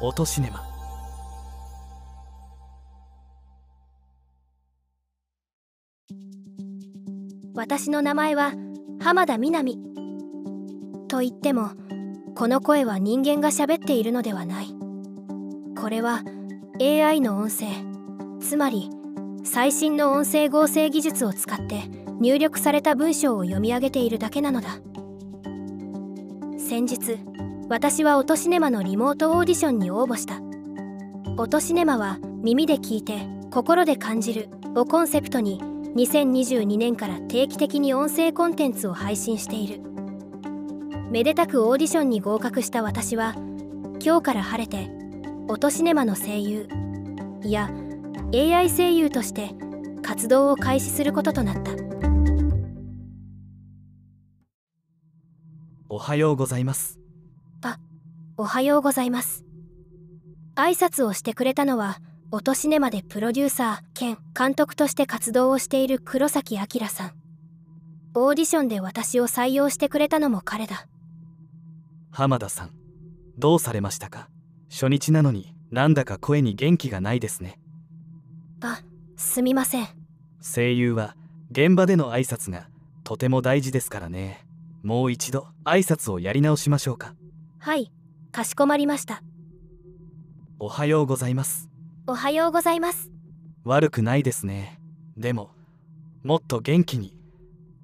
音シネマ私の名前は浜田みなみと言ってもこの声は人間が喋っているのではないこれは AI の音声つまり最新の音声合成技術を使って入力された文章を読み上げているだけなのだ先日私は音シネマのリモートオーディションに応募した音シネマは耳で聞いて心で感じるをコンセプトに2022年から定期的に音声コンテンツを配信しているめでたくオーディションに合格した私は今日から晴れて音シネマの声優いや AI 声優として活動を開始することとなったおはようございますおはようございます挨拶をしてくれたのは音シネマでプロデューサー兼監督として活動をしている黒崎明さんオーディションで私を採用してくれたのも彼だ浜田さんどうされましたか初日なのになんだか声に元気がないですねあすみません声優は現場での挨拶がとても大事ですからねもう一度挨拶をやり直しましょうかはいかしこまりましたおはようございますおはようございます悪くないですねでももっと元気に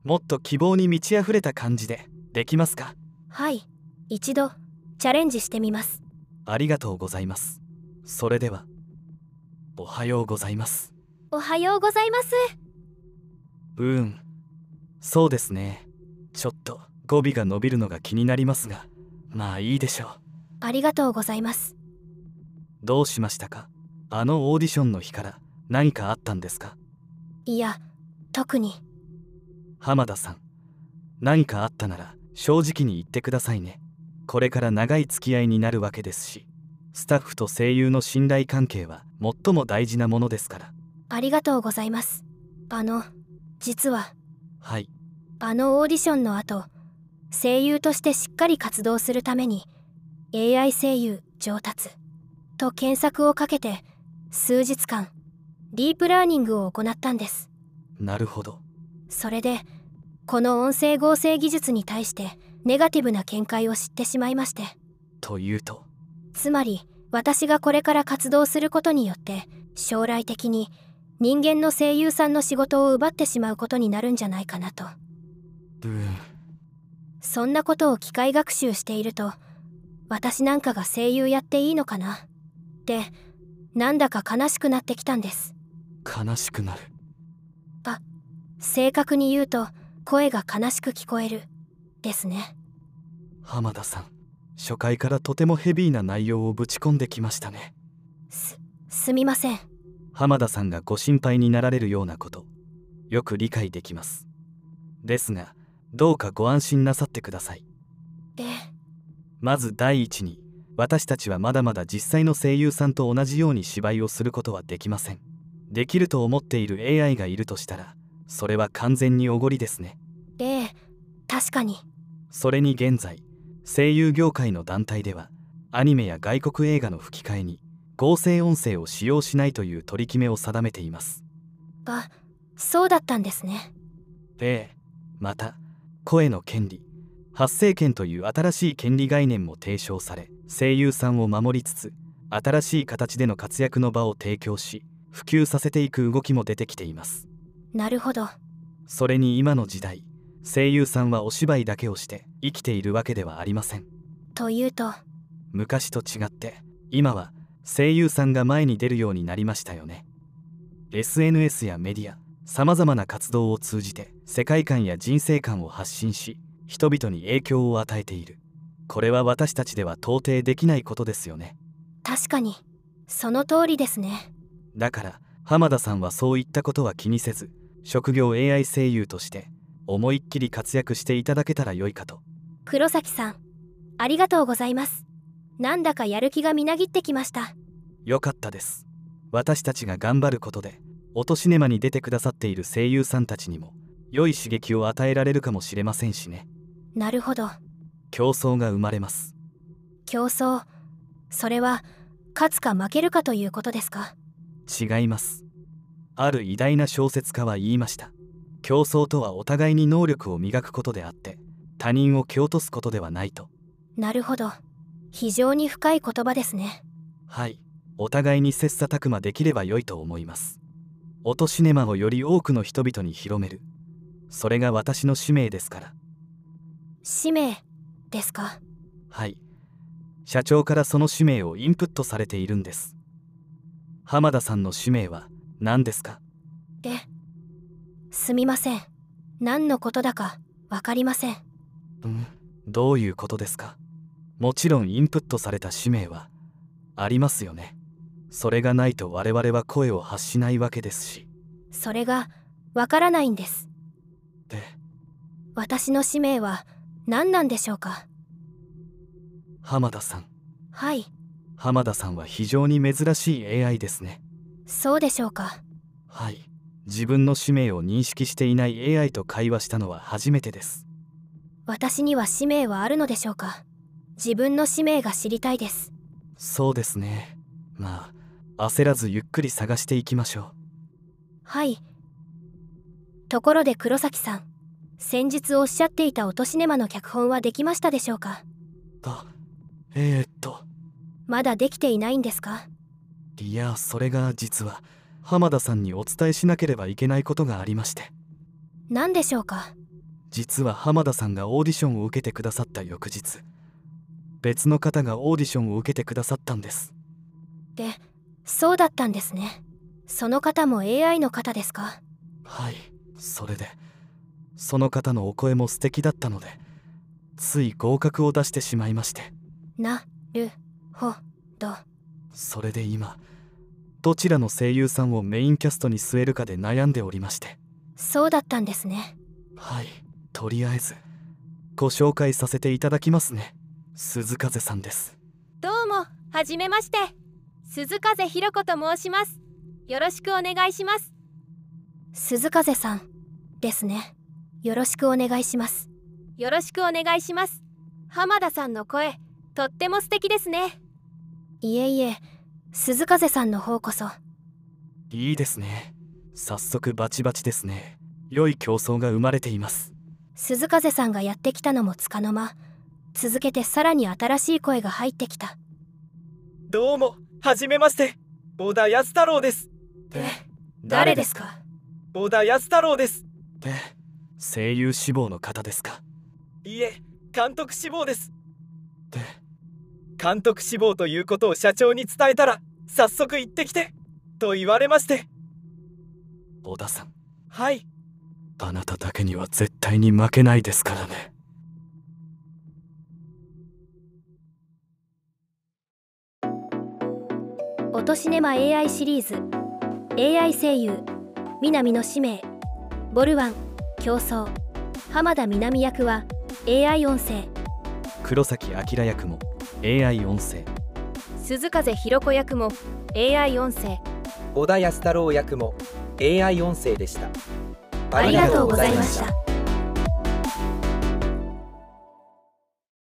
もっと希望に満ち溢れた感じでできますかはい一度チャレンジしてみますありがとうございますそれではおはようございますおはようございますうーんそうですねちょっと語尾が伸びるのが気になりますがまあいいでしょうありがとうございますどうしましたかあのオーディションの日から何かあったんですかいや特に浜田さん何かあったなら正直に言ってくださいねこれから長い付き合いになるわけですしスタッフと声優の信頼関係は最も大事なものですからありがとうございますあの実ははいあのオーディションの後声優としてしっかり活動するために AI 声優上達と検索をかけて数日間ディープラーニングを行ったんですなるほどそれでこの音声合成技術に対してネガティブな見解を知ってしまいましてというとつまり私がこれから活動することによって将来的に人間の声優さんの仕事を奪ってしまうことになるんじゃないかなとうーんそんなことを機械学習していると私なんかが声優やっていいのかなってなんだか悲しくなってきたんです悲しくなる正確に言うと声が悲しく聞こえるですね浜田さん初回からとてもヘビーな内容をぶち込んできましたねすすみません浜田さんがご心配になられるようなことよく理解できますですがどうかご安心なさってくださいえまず第一に私たちはまだまだ実際の声優さんと同じように芝居をすることはできませんできると思っている AI がいるとしたらそれは完全におごりですねええ確かにそれに現在声優業界の団体ではアニメや外国映画の吹き替えに合成音声を使用しないという取り決めを定めていますあそうだったんですねええまた声の権利発生権という新しい権利概念も提唱され声優さんを守りつつ新しい形での活躍の場を提供し普及させていく動きも出てきていますなるほどそれに今の時代声優さんはお芝居だけをして生きているわけではありませんというと昔と違って今は声優さんが前に出るようになりましたよね SNS やメディアさまざまな活動を通じて世界観や人生観を発信し人々に影響を与えているこれは私たちでは到底できないことですよね確かにその通りですねだから浜田さんはそういったことは気にせず職業 AI 声優として思いっきり活躍していただけたら良いかと黒崎さんありがとうございますなんだかやる気がみなぎってきました良かったです私たちが頑張ることで音シネマに出てくださっている声優さんたちにも良い刺激を与えられるかもしれませんしねなるほど競争が生まれます競争それは勝つか負けるかということですか違いますある偉大な小説家は言いました競争とはお互いに能力を磨くことであって他人を蹴落とすことではないとなるほど非常に深い言葉ですねはいお互いに切磋琢磨できれば良いと思います音シネマをより多くの人々に広めるそれが私の使命ですから使命ですかはい社長からその使命をインプットされているんです浜田さんの使命は何ですかえすみません何のことだか分かりませんうんどういうことですかもちろんインプットされた使命はありますよねそれがないと我々は声を発しないわけですしそれが分からないんですで私の使命は何なんでしょうか浜田さんはい浜田さんは非常に珍しい AI ですねそうでしょうかはい自分の使命を認識していない AI と会話したのは初めてです私には使命はあるのでしょうか自分の使命が知りたいですそうですねまあ焦らずゆっくり探していきましょはいところで黒崎さん先日おっしゃっていた音シネマの脚本はできましたでしょうかうあえー、っとまだできていないんですかいやそれが実は浜田さんにお伝えしなければいけないことがありまして何でしょうか実は浜田さんがオーディションを受けてくださった翌日別の方がオーディションを受けてくださったんですでそうだったんですねその方も AI の方ですかはいそれでその方のお声も素敵だったのでつい合格を出してしまいましてなるほどそれで今どちらの声優さんをメインキャストに据えるかで悩んでおりましてそうだったんですねはいとりあえずご紹介させていただきますね鈴風さんですどうも、はじめまして。鈴風ひろ子と申します。よろしくお願いします。鈴風さんですねよろしくお願いしますよろしくお願いします。浜田さんの声、とっても素敵ですね。いえいえ鈴風さんの方こそいいですね早速バチバチですね良い競争が生まれています鈴風さんがやってきたのもつかの間続けてさらに新しい声が入ってきたどうも、はじめまして。ボ田安太郎です。誰ですかボ田安太郎です。で声優志望の方ですかいいえ、監督志望です。で監督志望ということを社長に伝えたら、早速行ってきて。と言われまして。小田さんはい、あなただけには絶対に負けないですからね音シネマ AI シリーズ AI 声優南の使命ボルワン競争浜田南役は AI 音声黒崎明役も AI 音声鈴風ひろ子役も AI 音声。ボ田安太郎役も AI 音声でした。ありがとうございました